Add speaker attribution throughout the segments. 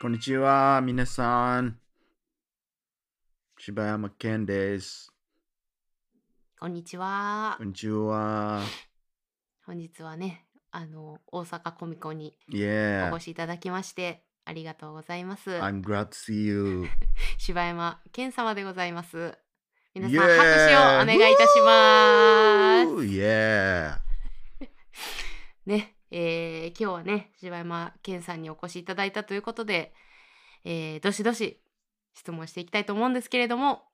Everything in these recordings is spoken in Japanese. Speaker 1: こんにちは、皆さん。柴山健です。
Speaker 2: こんにちは
Speaker 1: こ。んにちは。
Speaker 2: 本日はね、あの大阪コミコンにお
Speaker 1: Yeah,
Speaker 2: 越しいただきましてありがとうございます。
Speaker 1: I'm glad to see you.
Speaker 2: 柴山健様でございます。皆さん
Speaker 1: Yeah
Speaker 2: 拍手をお願いいたします。
Speaker 1: Woo! Yeah.
Speaker 2: ね、えー今日はね柴山健さんにお越しいただいたということで、えーどしどし質問していきたいと思うんですけれども、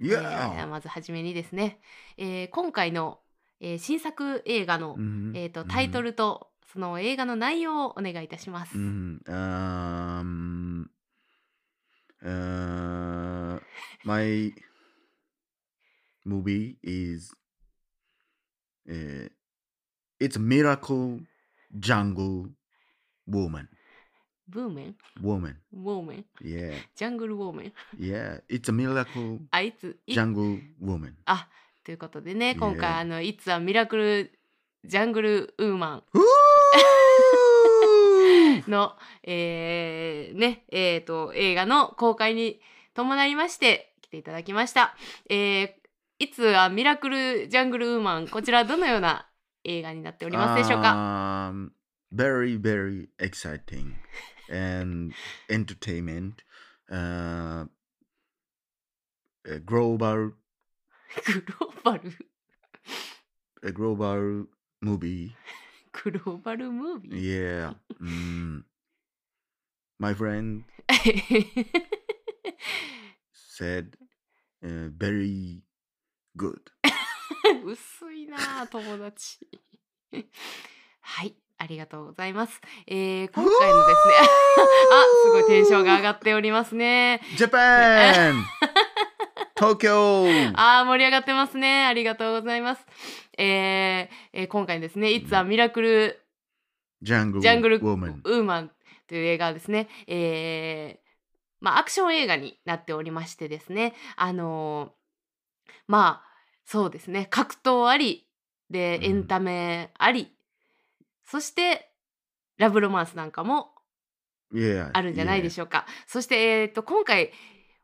Speaker 2: えー
Speaker 1: Yeah.
Speaker 2: まずはじめにですね、えー今回の、えー新作映画の、
Speaker 1: うん
Speaker 2: えー、とタイト。ルと、その映画の内容をお願いいたします。
Speaker 1: うんうんあーんあー uh, My movie is、uh, It's a Miracle Jungle Woman.
Speaker 2: ブーメン
Speaker 1: Woman.
Speaker 2: ウォーメン
Speaker 1: Yeah.
Speaker 2: ジャングルウォーメン
Speaker 1: Yeah, it's a miracle
Speaker 2: あいつい
Speaker 1: jungle woman.
Speaker 2: あということでね今回
Speaker 1: Yeah.
Speaker 2: あのいつはミラクルジャングルウーマ
Speaker 1: Ooh!
Speaker 2: ンのえー、ねえー、と映画の公開に伴いまして来ていただきましたえー、いつはミラクルジャングルウーマンこちらどのような映画になっておりますでしょうか
Speaker 1: Um, very, very exciting and entertainment. Uh, a global,
Speaker 2: グローバル
Speaker 1: a global movie.
Speaker 2: グローバルムービー
Speaker 1: Yeah. Mm. My friend said, uh, very good.
Speaker 2: 薄いなあ友達 はいありがとうございますえー、今回のですね あすごいテンションが上がっておりますね
Speaker 1: Japan, Tokyo.
Speaker 2: あー盛り上がってますねありがとうございますえーえー今回ですね「It's a Miracle
Speaker 1: Jungle,
Speaker 2: ジャングル
Speaker 1: Woman.
Speaker 2: ウーマンという映画はですね、えーまあ、アクション映画になっておりましてですね、あのーまあそうですね格闘ありで
Speaker 1: うん
Speaker 2: エンタメあり、そしてラブロマンスなんかも
Speaker 1: Yeah.
Speaker 2: あるんじゃないでしょうか、そして、えー、と今回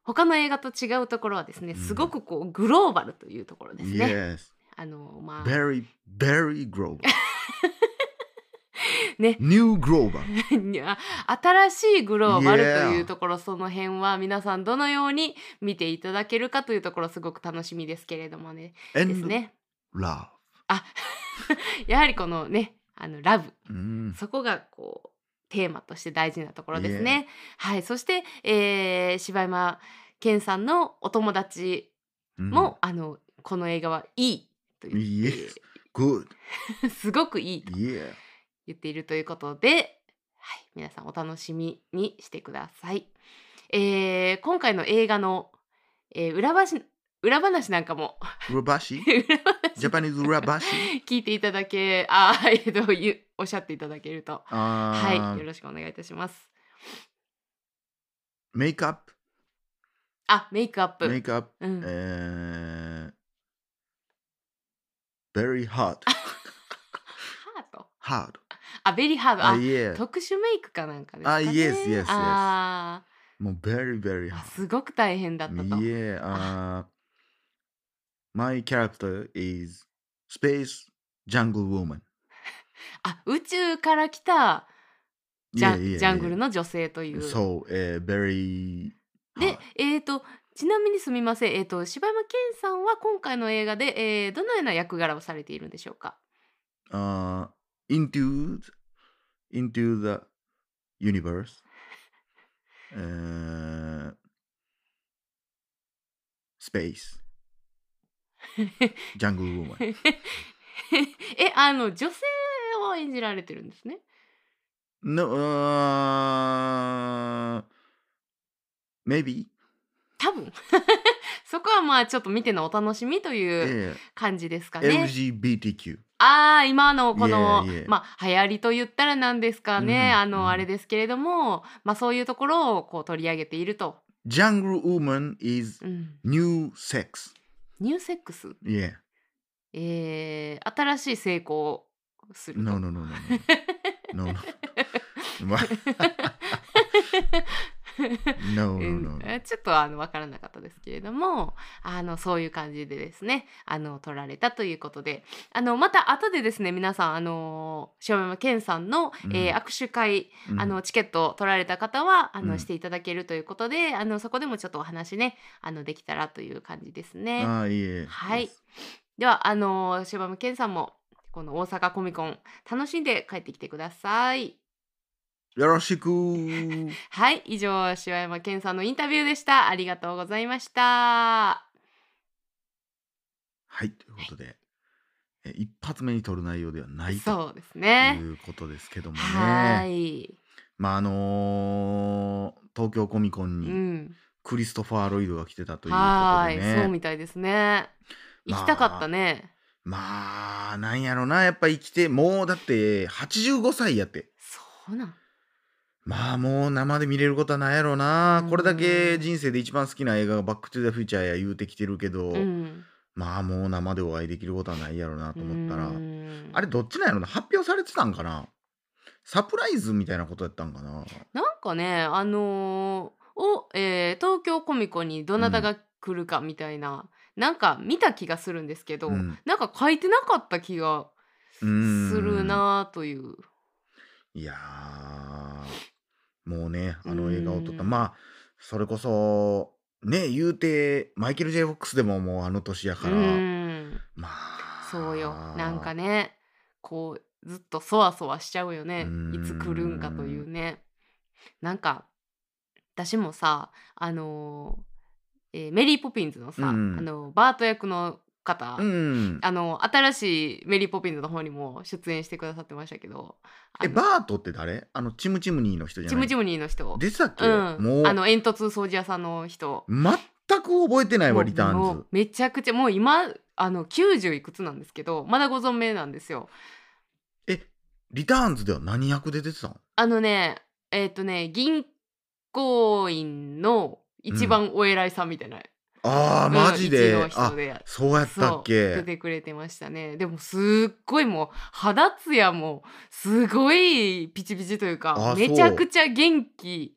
Speaker 2: 他の映画と違うところはですね
Speaker 1: うん
Speaker 2: すごくこうグローバルというところですね。
Speaker 1: Yes.
Speaker 2: あのーまあ
Speaker 1: Very, very global.
Speaker 2: ね
Speaker 1: New global.
Speaker 2: いや新しいグローバルと
Speaker 1: Yeah.
Speaker 2: いうところその辺は皆さんどのように見ていただけるかというところすごく楽しみですけれどもね です
Speaker 1: And
Speaker 2: ね
Speaker 1: love.
Speaker 2: あやはりこのねあのラブ
Speaker 1: Mm.
Speaker 2: そこがこうテーマとして大事なところですねはいそして、えー、柴山健さんのお友達
Speaker 1: Mm.
Speaker 2: も、あのこの映画はいい と言って
Speaker 1: Yes. Good.
Speaker 2: すごくいいと
Speaker 1: Yeah.
Speaker 2: 言っているということで、はい、皆さんお楽しみにしてください。えー今回の映画の、えー裏話裏話なんか も
Speaker 1: Urabashi.
Speaker 2: 裏話
Speaker 1: Japanese urabashi.
Speaker 2: 聞いていただけあーはいえっとゆおっしゃっていただけると、は
Speaker 1: Uh,
Speaker 2: い、よろしくお願いいたします。
Speaker 1: makeup.
Speaker 2: あメイクアップ、
Speaker 1: Makeup.
Speaker 2: うん
Speaker 1: Uh,
Speaker 2: Mm.
Speaker 1: very hard.
Speaker 2: ハート
Speaker 1: hard.
Speaker 2: あベリーハードあ、
Speaker 1: Uh, yeah.
Speaker 2: 特殊メイクかなんかですか
Speaker 1: あ
Speaker 2: ね。
Speaker 1: yes, yes, yes.
Speaker 2: あ
Speaker 1: Mo- Very, very
Speaker 2: ーあ
Speaker 1: hard.
Speaker 2: すごく大変だったと。
Speaker 1: Yeah, uh, my character is space jungle woman.
Speaker 2: あ宇宙から来たジャ
Speaker 1: Yeah, yeah,
Speaker 2: ジャングル
Speaker 1: yeah.
Speaker 2: の女性という。
Speaker 1: So, uh, very.
Speaker 2: で
Speaker 1: hard.、
Speaker 2: えー、とちなみにすみません、えー、と柴山健さんは今回の映画で、えーどのような役柄をされているんでしょうか
Speaker 1: uh, into into the universe. Uh, space jungle woman.
Speaker 2: えあの女性を演じられてるんですね。
Speaker 1: No, uh, maybe.
Speaker 2: 多分そこはまあちょっと見てのお楽しみという
Speaker 1: Yeah,
Speaker 2: 感じですかね。
Speaker 1: LGBTQ.
Speaker 2: ああ今のこの
Speaker 1: Yeah, yeah.
Speaker 2: まあ流行りと言ったらなんですかね、
Speaker 1: うん
Speaker 2: あ
Speaker 1: うん
Speaker 2: のあれですけれども、まあ、そういうところをこう取り上げていると。
Speaker 1: Jungle woman is
Speaker 2: うん
Speaker 1: new sex.
Speaker 2: ニューセックス、
Speaker 1: Yeah.
Speaker 2: えー新しい成功をすると。
Speaker 1: No, no, no, no, no. no, no. Wha- No,
Speaker 2: う
Speaker 1: no,
Speaker 2: ん
Speaker 1: no.
Speaker 2: ちょっとあの分からなかったですけれどもあのそういう感じでですねあの撮られたということであのまた後でですね皆さんあの塩山健さんの、えー
Speaker 1: うん
Speaker 2: 握手会、
Speaker 1: うん
Speaker 2: あのチケットを取られた方はあの、
Speaker 1: うん
Speaker 2: していただけるということであのそこでもちょっとお話ねあのできたらという感じですね。
Speaker 1: ああ、いいえ。
Speaker 2: はい
Speaker 1: Yes.
Speaker 2: ではあの柴山健さんもこの大阪コミコン楽しんで帰ってきてください。
Speaker 1: よろしく。
Speaker 2: はい、以上、柴山健さんのインタビューでした。ありがとうございました。
Speaker 1: はい、ということで、え一発目に撮る内容ではないと
Speaker 2: そうです
Speaker 1: い
Speaker 2: ね。
Speaker 1: うことですけども
Speaker 2: は
Speaker 1: ね。
Speaker 2: ーい。
Speaker 1: まあ、あのー東京コミコン
Speaker 2: う
Speaker 1: に
Speaker 2: ん。
Speaker 1: クリストファー・ロイドが来てたというこ
Speaker 2: は
Speaker 1: とで
Speaker 2: ーい、
Speaker 1: ね。
Speaker 2: そうみたいですね。行
Speaker 1: まあ
Speaker 2: きたかったね。
Speaker 1: まあ、なんやろな、やっぱ生きて、もうだって85歳やって。
Speaker 2: そうなん。
Speaker 1: まあもう生で見れることはないやろな、
Speaker 2: うん
Speaker 1: これだけ人生で一番好きな映画が「バック・トゥ・ザ・フューチャー」や言うてきてるけど、
Speaker 2: うん。
Speaker 1: まあもう生でお会いできることはないやろなと思ったら、
Speaker 2: うん
Speaker 1: あれどっちなんやろな発表されてたんかなサプライズみたいなことやったんかな
Speaker 2: なんかね、あのーお、えー東京コミコンにどなたが来るかみたいな、なんか見た気がするんですけど、
Speaker 1: うん
Speaker 2: なんか書いてなかった気が
Speaker 1: す
Speaker 2: するなという。
Speaker 1: いやーもうねあの映画を撮った、
Speaker 2: うん
Speaker 1: まあそれこそね言うてマイケル・ J ・フォックスでももうあの年やから、
Speaker 2: うん。
Speaker 1: まあ
Speaker 2: そうよなんかねこうずっとそわそわしちゃうよね
Speaker 1: うーん
Speaker 2: いつ来るんかというねなんか私もさあのー、えーメリー・ポピンズのさ、
Speaker 1: うん
Speaker 2: あのバート役の方、
Speaker 1: うん
Speaker 2: あの新しいメリー・ポピンズの方にも出演してくださってましたけどあ
Speaker 1: え
Speaker 2: の
Speaker 1: バートって誰あのチムチムニーの人じゃ
Speaker 2: チ
Speaker 1: ない
Speaker 2: ムチムニーの人
Speaker 1: 出てたっけ、
Speaker 2: うん、
Speaker 1: もう
Speaker 2: あの煙突掃除屋さんの人
Speaker 1: 全く覚えてない
Speaker 2: も
Speaker 1: わ
Speaker 2: う
Speaker 1: リタ
Speaker 2: も
Speaker 1: ーン
Speaker 2: う
Speaker 1: ズ
Speaker 2: めちゃくちゃもう今あの90いくつなんですけどまだご存命なんですよ。
Speaker 1: えリターンズでは何役で出てたの
Speaker 2: あのね、えっ、とね、銀行員の一番お偉いさんみたいな。
Speaker 1: あー
Speaker 2: うん
Speaker 1: マジで、
Speaker 2: 一の人
Speaker 1: あ
Speaker 2: で。
Speaker 1: そうやったっ
Speaker 2: そう出
Speaker 1: け
Speaker 2: てくれてましたね。でもすっごいもう肌ツヤもすごいピチピチというか
Speaker 1: あそう
Speaker 2: めちゃくちゃ元気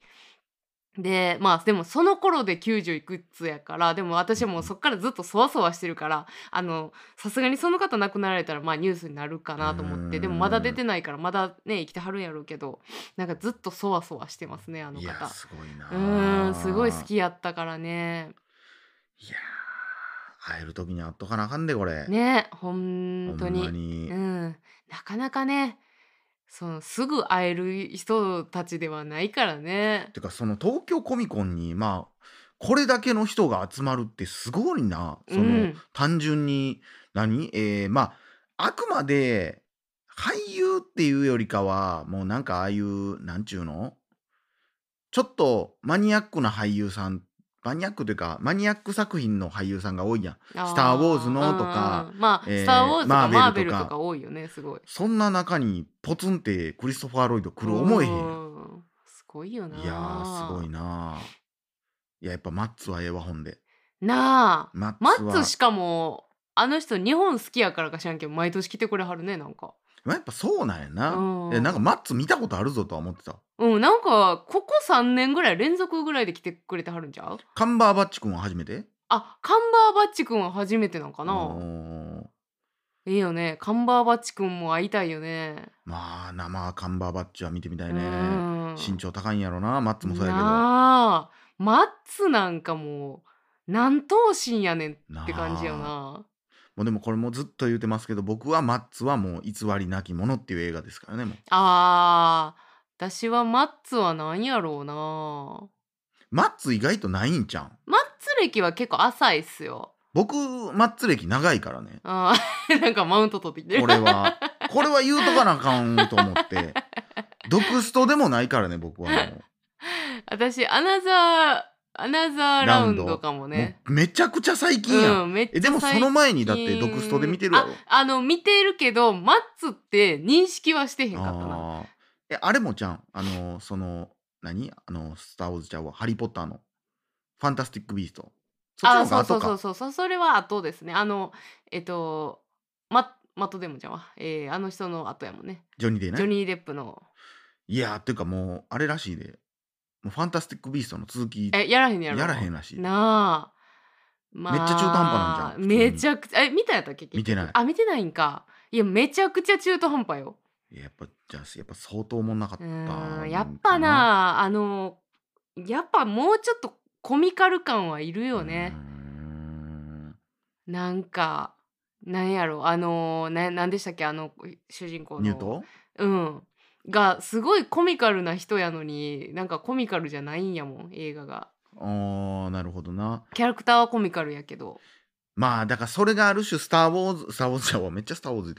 Speaker 2: でまあでもその頃で90いくつやからでも私はもうそっからずっとそわそわしてるからあのさすがにその方亡くなられたらまあニュースになるかなと思っ
Speaker 1: う
Speaker 2: て
Speaker 1: ん
Speaker 2: でもまだ出てないからまだね生きてはるんやろうけどなんかずっとそわそわしてますねあの
Speaker 1: いや
Speaker 2: 方。
Speaker 1: すごいな
Speaker 2: うーんすごい好きやったからね。
Speaker 1: いやー会える時に会っとかなあかんでこれ
Speaker 2: ね
Speaker 1: ほ
Speaker 2: 本
Speaker 1: ん
Speaker 2: 当
Speaker 1: ま
Speaker 2: に。
Speaker 1: に、
Speaker 2: うん、なかなかねそのすぐ会える人たちではないからね。
Speaker 1: てかその東京コミコンにまあこれだけの人が集まるってすごいな その、
Speaker 2: うん
Speaker 1: 単純に何えー、まああくまで俳優っていうよりかはもうなんかああいうなんちゅうのちょっとマニアックな俳優さんマニアックというかマニアック作品の俳優さんが多いやん
Speaker 2: あー
Speaker 1: スターウォーズのとか
Speaker 2: うんうんまあ、
Speaker 1: えー
Speaker 2: スター・ウォーズとかマ
Speaker 1: マ
Speaker 2: ー
Speaker 1: ー
Speaker 2: ベ
Speaker 1: ベル
Speaker 2: ル
Speaker 1: と
Speaker 2: と
Speaker 1: か
Speaker 2: か多いよねすごい。
Speaker 1: そんな中にポツンってクリストファー・ロイド来る思えへんやん
Speaker 2: うんすごいよない
Speaker 1: やーすごいないややっぱマッツはええわほんで
Speaker 2: なあ
Speaker 1: マッツ
Speaker 2: マ
Speaker 1: は
Speaker 2: ッツしかもあの人日本好きやからか知らんけど毎年来てくれはるねなんか。
Speaker 1: まあ、やっぱそうなんやな、
Speaker 2: うん
Speaker 1: えなんかマッツ見たことあるぞとは思ってた
Speaker 2: うんなんかここ3年ぐらい連続ぐらいで来てくれてはるんちゃう
Speaker 1: カンバーバッチ君は初めて
Speaker 2: あカンバーバッチ君は初めてなんかな。
Speaker 1: うん
Speaker 2: いいよね。カンバーバッチ君も会いたいよね。
Speaker 1: まあ生カンバーバッチは見てみたいね
Speaker 2: うん
Speaker 1: 身長高いんやろなマッツもそうやけどな
Speaker 2: なあ、マッツなんかもう何頭身やねんって感じよ
Speaker 1: あ
Speaker 2: な。
Speaker 1: もうでもこれもずっと言うてますけど僕はマッツはもう偽りなきものっていう映画ですからねもう
Speaker 2: あー、私はマッツは何やろうな。
Speaker 1: マッツ意外とないんちゃうん
Speaker 2: マッツ歴は結構浅いっすよ。
Speaker 1: 僕マッツ歴長いから ね
Speaker 2: あーなんかマウント取ってきてる。
Speaker 1: これはこれは言うとかなあかんと思 って毒ストでもないからね僕はもう
Speaker 2: 私アナザーアナザーラウンドかもね。
Speaker 1: もうめちゃくちゃ最近やん、
Speaker 2: うん、めっちゃ
Speaker 1: えでもそ
Speaker 2: 最
Speaker 1: の前にだっ
Speaker 2: 最
Speaker 1: て
Speaker 2: 近
Speaker 1: ドクストで見てるやろ
Speaker 2: あの見てるけどマッツって認識はしてへんかったな
Speaker 1: あーえあれもじゃんあのその何あのスター・ウォーズちゃうわハリー・ポッターのファンタスティック・ビーストそっちの
Speaker 2: あ
Speaker 1: 方が
Speaker 2: そうそ
Speaker 1: 後
Speaker 2: う
Speaker 1: か
Speaker 2: そうそうそうそれは後ですねあのえっとまマットデモじゃんわ、えーあの人の後やもんね
Speaker 1: ジョニーで
Speaker 2: ジ
Speaker 1: ね
Speaker 2: ョニー・デップの
Speaker 1: いやーっていうかもうあれらしいでもうファンタスティック・ビーストの続き
Speaker 2: えやらへんや
Speaker 1: や
Speaker 2: ろ
Speaker 1: らへんらしい
Speaker 2: なあ、ま
Speaker 1: めっちゃ中途半端なんじゃん普通に
Speaker 2: めちゃくちゃえ見たやったっけ
Speaker 1: 見てない
Speaker 2: あ見てないんかいやめちゃくちゃ中途半端よ
Speaker 1: いややっぱじゃあやっぱ相当おもんなかっ
Speaker 2: う
Speaker 1: た
Speaker 2: ーんやっぱなあのやっぱもうちょっとコミカル感はいるよね
Speaker 1: うーん
Speaker 2: なんかなんやろあのななんでしたっけあの主人公の
Speaker 1: ニュート
Speaker 2: うんがすごいコミカルな人やのになんかコミカルじゃないんやもん映画が
Speaker 1: あーなるほどな
Speaker 2: キャラクターはコミカルやけど
Speaker 1: まあだからそれがある種「スター・ウォーズ」「スター・ウォーズ」じゃわめっちゃ「スター・ウォーズ」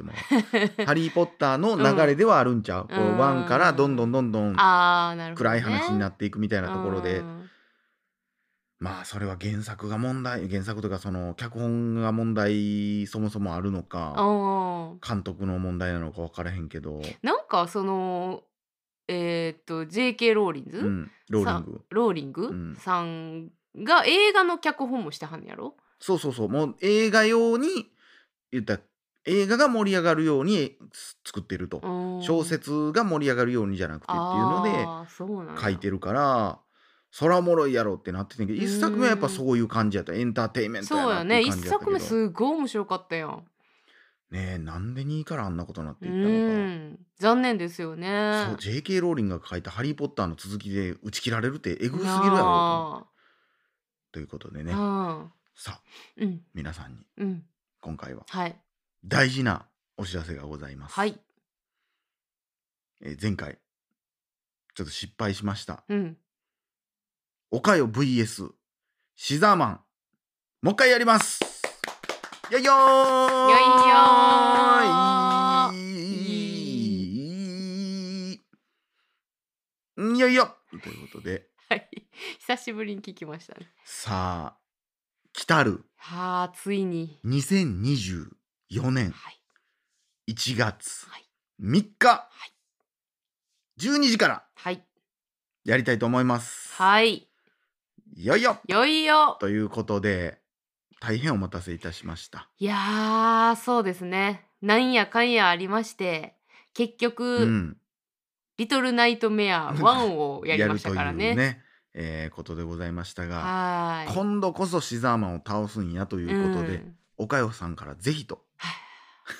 Speaker 1: 言って もハリー・ポッター」の流れではあるんちゃう,、こう
Speaker 2: うん
Speaker 1: 1からどんどんどんどん
Speaker 2: あーなるほど、
Speaker 1: 暗
Speaker 2: ね、
Speaker 1: い話になっていくみたいなところで、
Speaker 2: うん
Speaker 1: まあそれは原作が問題原作とかその脚本が問題そもそもあるのか
Speaker 2: あー
Speaker 1: 監督の問題なのか分からへんけど、
Speaker 2: なんかそのえーっと JK ローリンズ、
Speaker 1: うん、ローリング
Speaker 2: ローリング、
Speaker 1: うん
Speaker 2: さんが映画の脚本もしてはんねやろ
Speaker 1: そうそうそうもう映画用に言ったら映画が盛り上がるように作ってると、
Speaker 2: うん
Speaker 1: 小説が盛り上がるようにじゃなくてっていうので。
Speaker 2: あーそうなんや
Speaker 1: 書いてるからそらおもろいやろってなってたけど
Speaker 2: うん
Speaker 1: 一作目はやっぱそういう感じやったエンターテインメントや
Speaker 2: そう
Speaker 1: な
Speaker 2: や
Speaker 1: っ
Speaker 2: ね
Speaker 1: ていう
Speaker 2: 一
Speaker 1: 感じやったけ
Speaker 2: 作
Speaker 1: ど
Speaker 2: 目
Speaker 1: ね
Speaker 2: すごい面白かったやん
Speaker 1: えなんで2位からあんなことになって
Speaker 2: う
Speaker 1: いったのか
Speaker 2: ん残念ですよね
Speaker 1: そう JK ローリングが書いた「ハリー・ポッター」の続きで打ち切られるってえぐすぎるやろと思う
Speaker 2: な
Speaker 1: ということで
Speaker 2: あ
Speaker 1: ね
Speaker 2: うん
Speaker 1: さあ
Speaker 2: うん
Speaker 1: 皆さんに
Speaker 2: うん
Speaker 1: 今回は
Speaker 2: はい
Speaker 1: 大事なお知らせがございます、
Speaker 2: はい
Speaker 1: えー前回ちょっと失敗しました
Speaker 2: うん
Speaker 1: おかよ VS シザーマンもう一回やりますよいよー
Speaker 2: よいよ
Speaker 1: ーいよいよということで
Speaker 2: はい 久しぶりに聞きましたね
Speaker 1: さあ来たる
Speaker 2: はあついに
Speaker 1: 2024年
Speaker 2: はい
Speaker 1: 1月
Speaker 2: はい
Speaker 1: 3日
Speaker 2: い
Speaker 1: 12時から
Speaker 2: はい
Speaker 1: やりたいと思います。
Speaker 2: はい
Speaker 1: よいよ
Speaker 2: よいよ
Speaker 1: ということで大変お待たせいたしました。
Speaker 2: いやーそうですねなんやかんやありまして結局、
Speaker 1: うん
Speaker 2: リトルナイトメア1をやりましたから
Speaker 1: や
Speaker 2: ね
Speaker 1: るというね、えーことでございましたが、
Speaker 2: はーい
Speaker 1: 今度こそシザーマンを倒すんやということで、
Speaker 2: ん
Speaker 1: 岡代さんからぜひ と、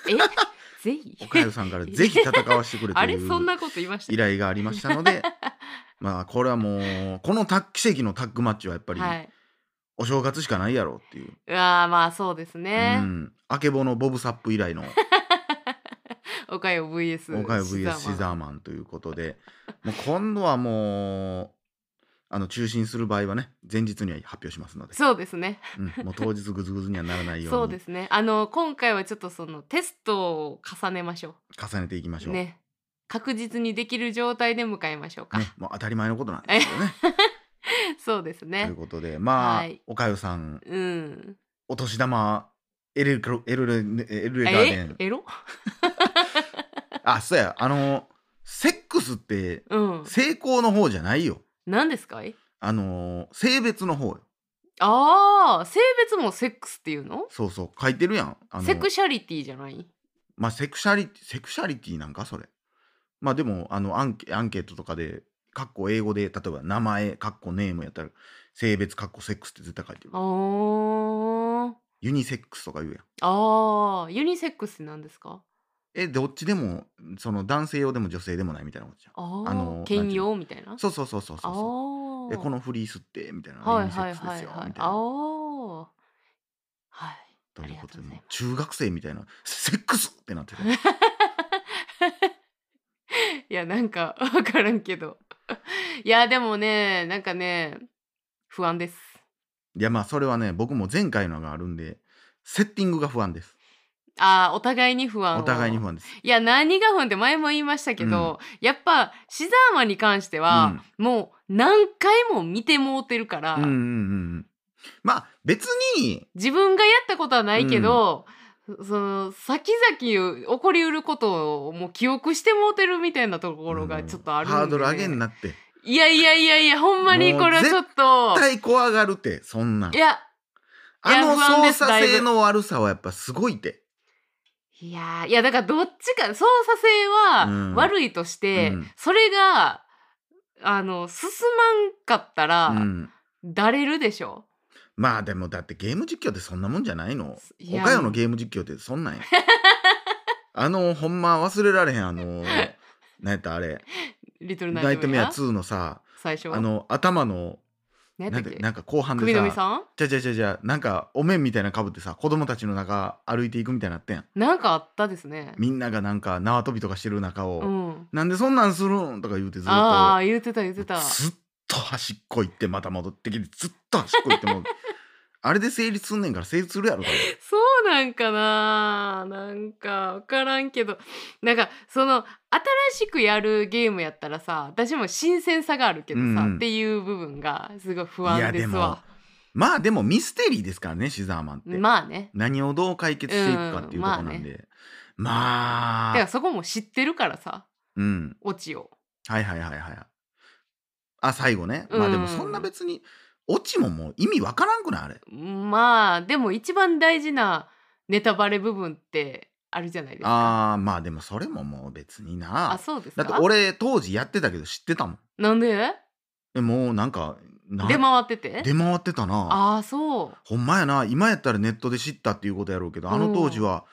Speaker 2: え ぜひ
Speaker 1: 岡代さんからぜひ戦わせてくれと
Speaker 2: あれ
Speaker 1: い
Speaker 2: そん
Speaker 1: う
Speaker 2: なこと言いました
Speaker 1: 依頼がありましたの で、まあこれはもうこのタッ奇跡のタッグマッチはやっぱり
Speaker 2: はい
Speaker 1: お正月しかないやろうっていう、
Speaker 2: うわーまあ そうです
Speaker 1: う
Speaker 2: ね、
Speaker 1: ん、あけぼのボブサップ以来の
Speaker 2: おかよ VS
Speaker 1: 岡代 VS シザ
Speaker 2: ー
Speaker 1: ーマンということで、もう今度はもうあの中心する場合はね前日には発表しますの で。
Speaker 2: そうですね
Speaker 1: うん、もう当日グズグズにはならないよ
Speaker 2: そうう
Speaker 1: に
Speaker 2: ですねあの今回はちょっとそのテストを重ねましょ
Speaker 1: 重ねていきまし
Speaker 2: う
Speaker 1: ょう。ね
Speaker 2: ね確実にできる状態で迎えましょうか、
Speaker 1: もう当たり前のことなんですけどね。
Speaker 2: そうです
Speaker 1: とい
Speaker 2: ね
Speaker 1: うことでまあ、
Speaker 2: はい
Speaker 1: おかよさん
Speaker 2: うん
Speaker 1: お年玉エルクロエルレエルレガーデ
Speaker 2: え
Speaker 1: ン
Speaker 2: エロ
Speaker 1: あそうやあのセックスって
Speaker 2: うん
Speaker 1: 性交の方じゃないよ
Speaker 2: 何ですかい
Speaker 1: あの性別の方よ
Speaker 2: ああ性別もセックスっていうの
Speaker 1: そうそう書いてるやんあの
Speaker 2: セクシャリティじゃない
Speaker 1: まあセクシャリティセクシャリティなんかそれまあでもあのアンケアンケートとかでかっこ英語で例えば名前かっこネームやったら性別かっこセックスって絶対書いてる
Speaker 2: あー
Speaker 1: ユニセックスとか言うやん
Speaker 2: あーユニセックスって何ですか
Speaker 1: えどっちでもその男性用でも女性でもないみたいなことじゃ
Speaker 2: あー
Speaker 1: あの
Speaker 2: 兼用みたいなん
Speaker 1: そうそうそうそうそうそ
Speaker 2: あ
Speaker 1: う
Speaker 2: あ
Speaker 1: えこのフリースってみたいな、
Speaker 2: はい
Speaker 1: ユニセ
Speaker 2: は
Speaker 1: ッ
Speaker 2: い
Speaker 1: クスで
Speaker 2: は
Speaker 1: す
Speaker 2: い
Speaker 1: よ
Speaker 2: はい
Speaker 1: みたい
Speaker 2: あ
Speaker 1: な
Speaker 2: ーはい
Speaker 1: ということで
Speaker 2: ありがとうございます
Speaker 1: もう中学生みたいなセックスってなってた
Speaker 2: いやなんか 分からんけど いやでもねなんかね不安です
Speaker 1: いやまあそれはね僕も前回のがあるんでセッティングが不安です
Speaker 2: あーお互いに不安を
Speaker 1: お互いに不安です
Speaker 2: いや何が不安って前も言いましたけど、やっぱシザーマンに関しては、もう何回も見てもうてるから、
Speaker 1: うんうんうんうんまあ別に
Speaker 2: 自分がやったことはないけど、その先々起こりうることをもう記憶してもうてるみたいなところがちょっとあるんで、
Speaker 1: ハードル上げんなって絶
Speaker 2: いやいやいやいやほんまにこれはちょっと
Speaker 1: 対怖がるってそんなん
Speaker 2: いやい
Speaker 1: あ
Speaker 2: や
Speaker 1: の
Speaker 2: 不安
Speaker 1: 操
Speaker 2: ですだい
Speaker 1: 作
Speaker 2: ぶ
Speaker 1: 性の悪さはやっぱすごいって、
Speaker 2: いやーいやだからどっちか操作性
Speaker 1: うん
Speaker 2: は悪いとして、
Speaker 1: うん
Speaker 2: それがあの進まんかったら、
Speaker 1: うん、
Speaker 2: だれるでしょ
Speaker 1: まあでもだってゲーム実況ってそんなもんじゃないの
Speaker 2: いや
Speaker 1: 岡山のゲーム実況ってそん なんやあのほんま忘れられへんあの何やったあれ
Speaker 2: リト
Speaker 1: 「
Speaker 2: ルナ
Speaker 1: ナ
Speaker 2: イ
Speaker 1: イ
Speaker 2: ト
Speaker 1: ト
Speaker 2: メ
Speaker 1: メ
Speaker 2: ア
Speaker 1: ア2」のさ
Speaker 2: 最初
Speaker 1: あの頭の
Speaker 2: 何や
Speaker 1: な
Speaker 2: っ
Speaker 1: ん
Speaker 2: たっけ
Speaker 1: てなんか後半で
Speaker 2: 首のみ
Speaker 1: さ
Speaker 2: さん
Speaker 1: じゃじゃじゃじゃなんかお面みたいなかぶってさ子供たちの中歩いていくみたいになってん
Speaker 2: なんかあったですね
Speaker 1: みんながなんか縄跳びとかしてる中を「
Speaker 2: うん
Speaker 1: なんでそんなんするん?」とか言うてずっと
Speaker 2: ああ言ってた言ってた
Speaker 1: ずっと端っこ行ってまた戻ってきてずっと端っこ行って もあれで成立すんねんから成立するやろ多分
Speaker 2: そうなんかななんか分からんけどなんかその新しくやるゲームやったらさ私も新鮮さがあるけどさ、
Speaker 1: うんうん
Speaker 2: っていう部分がすごい不
Speaker 1: い
Speaker 2: 安
Speaker 1: や
Speaker 2: で
Speaker 1: ですも
Speaker 2: わ
Speaker 1: まあでもミステリーですからねシザーマンって、
Speaker 2: まあね
Speaker 1: 何をどう解決していくかっていうとこなんで、まあ
Speaker 2: だからそこも知ってるからさ
Speaker 1: うん
Speaker 2: オチを
Speaker 1: はいはいはいはいあ最後ね、まあでもそんな別にオチももう意味わからんくないあれ
Speaker 2: まあでも一番大事なネタバレ部分ってあるじゃないですか
Speaker 1: あーまあでもそれももう別に
Speaker 2: あ
Speaker 1: な
Speaker 2: そうです
Speaker 1: だ
Speaker 2: か
Speaker 1: って俺当時やってたけど知ってたもん
Speaker 2: なんで
Speaker 1: えもうなんかな
Speaker 2: 出回ってて
Speaker 1: 出回ってたな
Speaker 2: ああそう
Speaker 1: ほんまやな今やったらネットで知ったっていうことやろうけどあの当時は、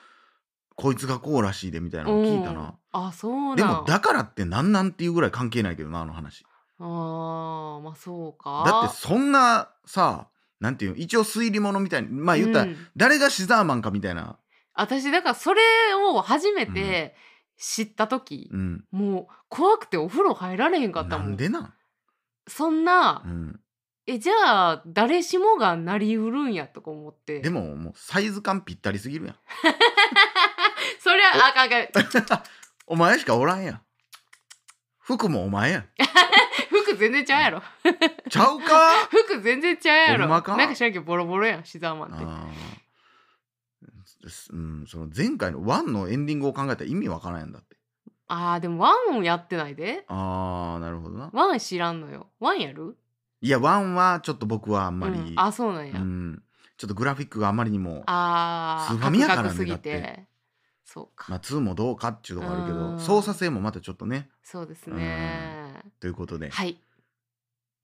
Speaker 1: こいつがこうらしいでみたいなのを聞いた
Speaker 2: うん
Speaker 1: な、
Speaker 2: あそうなん
Speaker 1: でもだからってなんなんっていうぐらい関係ないけどなあの話
Speaker 2: あーまあそうか
Speaker 1: だってそんなさなんていうの一応推理物みたいにまあ言ったら、
Speaker 2: うん
Speaker 1: 誰がシザーマンかみたいな、
Speaker 2: 私だからそれを初めて知った時
Speaker 1: う、ん、
Speaker 2: もう怖くてお風呂入られへんかった
Speaker 1: な
Speaker 2: もん
Speaker 1: んでなん、
Speaker 2: そんな、
Speaker 1: うん、
Speaker 2: えじゃあ誰しもがなりうるんやとか思って
Speaker 1: でももうサイズ感ぴったりすぎるやん
Speaker 2: それはあかんあかん
Speaker 1: お前しかおらんやん服もお前 やん
Speaker 2: 服全然ちゃうや ろ
Speaker 1: ちゃうか
Speaker 2: 服全然ちゃうやろ
Speaker 1: ほんまか
Speaker 2: なんか知らんけどボロボロやんシザーマンって
Speaker 1: あーうん、その前回の1のエンディングを考えたら意味わからんやんだって
Speaker 2: あーでもワンをやってないで
Speaker 1: あーなるほどな
Speaker 2: ワン知らんのよワンやる
Speaker 1: いや1はちょっと僕はあんま
Speaker 2: うん
Speaker 1: り、
Speaker 2: あそうなんや、
Speaker 1: うんちょっとグラフィックがあまりにも
Speaker 2: ああ
Speaker 1: スーファミやからね
Speaker 2: カクカクすぎ
Speaker 1: だ
Speaker 2: てそうか、
Speaker 1: まあ、2もどうかっていうところあるけ
Speaker 2: う
Speaker 1: ど
Speaker 2: ん
Speaker 1: 操作性もまたちょっとね
Speaker 2: そうですね
Speaker 1: ということで、
Speaker 2: はい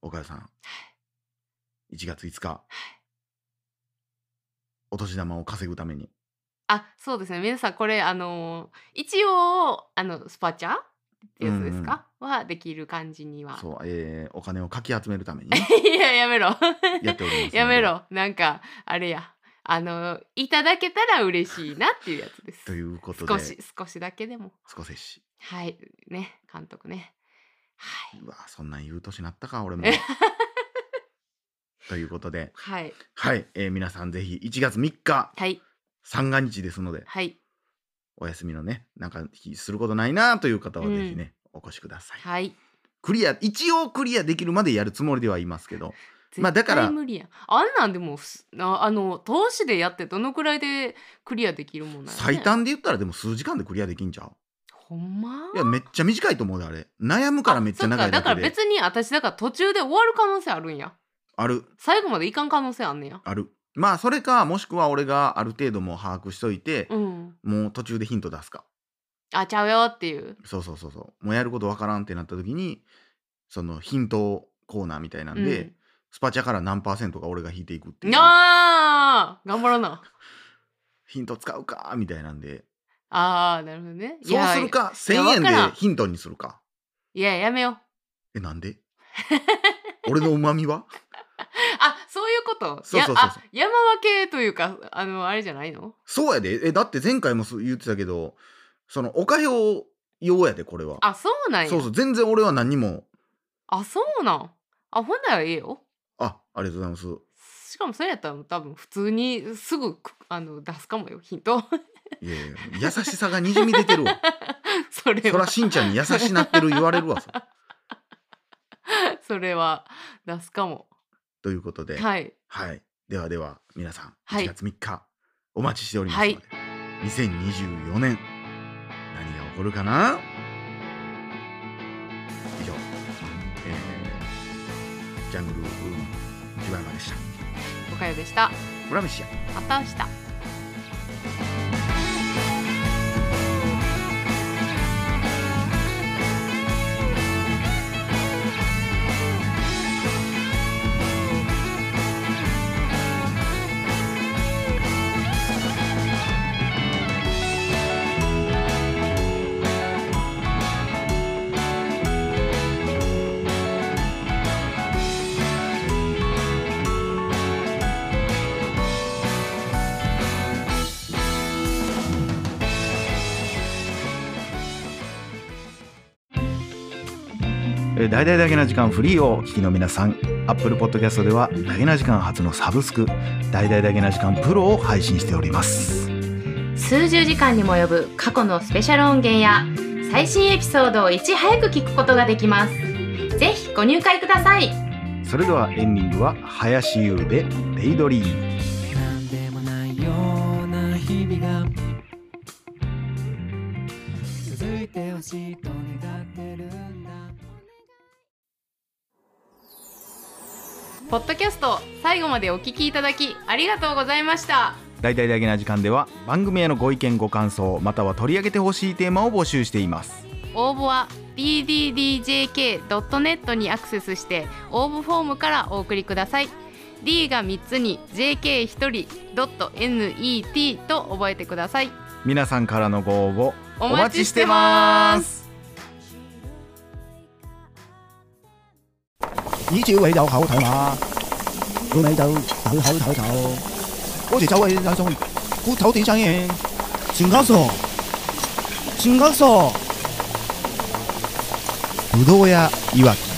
Speaker 1: 岡田さん1月5日お年玉を稼ぐために
Speaker 2: あそうですね皆さんこれあのー一応あのスパチャってやつですか、はできる感じには
Speaker 1: そう、えーお金をかき集めるためにね
Speaker 2: いややめろ
Speaker 1: やっておりますので
Speaker 2: やめろなんかあれやあのーいただけたら嬉しいなっていうやつです
Speaker 1: ということで
Speaker 2: 少し少しだけでも
Speaker 1: 少しし
Speaker 2: はいね監督ねはいう
Speaker 1: わそんなん言う年なったか俺も ということで
Speaker 2: はい
Speaker 1: はい、えー皆さんぜひ1月3日
Speaker 2: はい
Speaker 1: 三が日ですので
Speaker 2: はい
Speaker 1: お休みのねなんかすることないなという方はぜひね、お越しください
Speaker 2: はい
Speaker 1: クリア一応クリアできるまでやるつもりではいますけどまあだ
Speaker 2: 絶
Speaker 1: から
Speaker 2: 対無理やんあんなんでもすああの投資でやってどのくらいでクリアできるもんなんやね
Speaker 1: 最短で言ったらでも数時間でクリアできんちゃ
Speaker 2: ほんま
Speaker 1: ういやめっちゃ短いと思うであれ悩むからめっちゃ長い
Speaker 2: そ
Speaker 1: だ
Speaker 2: っかだ
Speaker 1: け
Speaker 2: か
Speaker 1: で
Speaker 2: ら別に私だから途中で終わる可能性あるんや
Speaker 1: ある
Speaker 2: 最後までいかん可能性あんねや
Speaker 1: あるまあそれかもしくは俺がある程度もう把握しといて、
Speaker 2: うん
Speaker 1: もう途中でヒント出すか
Speaker 2: あちゃうよっていう
Speaker 1: そうそうそうそうもうやることわからんってなった時にそのヒントコーナーみたいなんで、スパチャから何パーセントか俺が引いていくって
Speaker 2: う
Speaker 1: い
Speaker 2: ん、
Speaker 1: う
Speaker 2: あー頑張らな
Speaker 1: ヒント使うかみたいなんで
Speaker 2: あーなるほどねい
Speaker 1: そう
Speaker 2: や
Speaker 1: するか
Speaker 2: いや
Speaker 1: 1,000円で
Speaker 2: わからん
Speaker 1: ヒントにするか
Speaker 2: いややめよう
Speaker 1: えなん で俺のうまみは
Speaker 2: あそういうこと
Speaker 1: そうそうそうそう
Speaker 2: やあ山分けというかあのあれじゃないの
Speaker 1: そうやでえだって前回もそう言ってたけどそのおかひょう用やでこれは
Speaker 2: あそうなんや
Speaker 1: そうそう全然俺は何にも
Speaker 2: あそうなんあほんならええよ
Speaker 1: あありがとうございます
Speaker 2: しかもそれやったら多分普通にすぐくあの出すかもよヒント
Speaker 1: いやいや優しさがにじみ出てるわ
Speaker 2: それは
Speaker 1: そらしんちゃんに優しなってる言われるわ それ
Speaker 2: それは出すかも
Speaker 1: ということで
Speaker 2: はい
Speaker 1: はい、ではでは皆さん
Speaker 2: はい
Speaker 1: 1月3日、お待ちしておりますので、2024年何が起こるかな以上、えージャングルウーマン藤原でした。
Speaker 2: おかよでした
Speaker 1: 村飯や
Speaker 2: また明日
Speaker 3: 「
Speaker 1: えー大々だけな時間フリーをお聞きの皆さん Apple Podcast ではだけな時間初のサブスク大々だけな時間プロを配信しております
Speaker 2: 数十時間にも及ぶ過去のスペシャル音源や最新エピソードをいち早く聞くことができますぜひご入会ください
Speaker 1: それではエンディングは林優で「デイドリーム」
Speaker 3: なんでもないような日々が続いてほしいと願ってるんだ
Speaker 2: ポッドキャスト最後までお聞きいただきありがとうございました
Speaker 1: 大々だけな時間では番組へのご意見ご感想または取り上げてほしいテーマを募集しています
Speaker 2: 応募は ddjk.net にアクセスして応募フォームからお送りください D が3つに JK1 人 .net と覚えてください
Speaker 1: 皆さんからのご応募
Speaker 2: お
Speaker 1: お待ちしてます
Speaker 4: 以朝你有口頭嘛，老尾就有口頭頭，嗰時走去就送骨頭點生意，全家傻，全家傻，葡萄牙以為。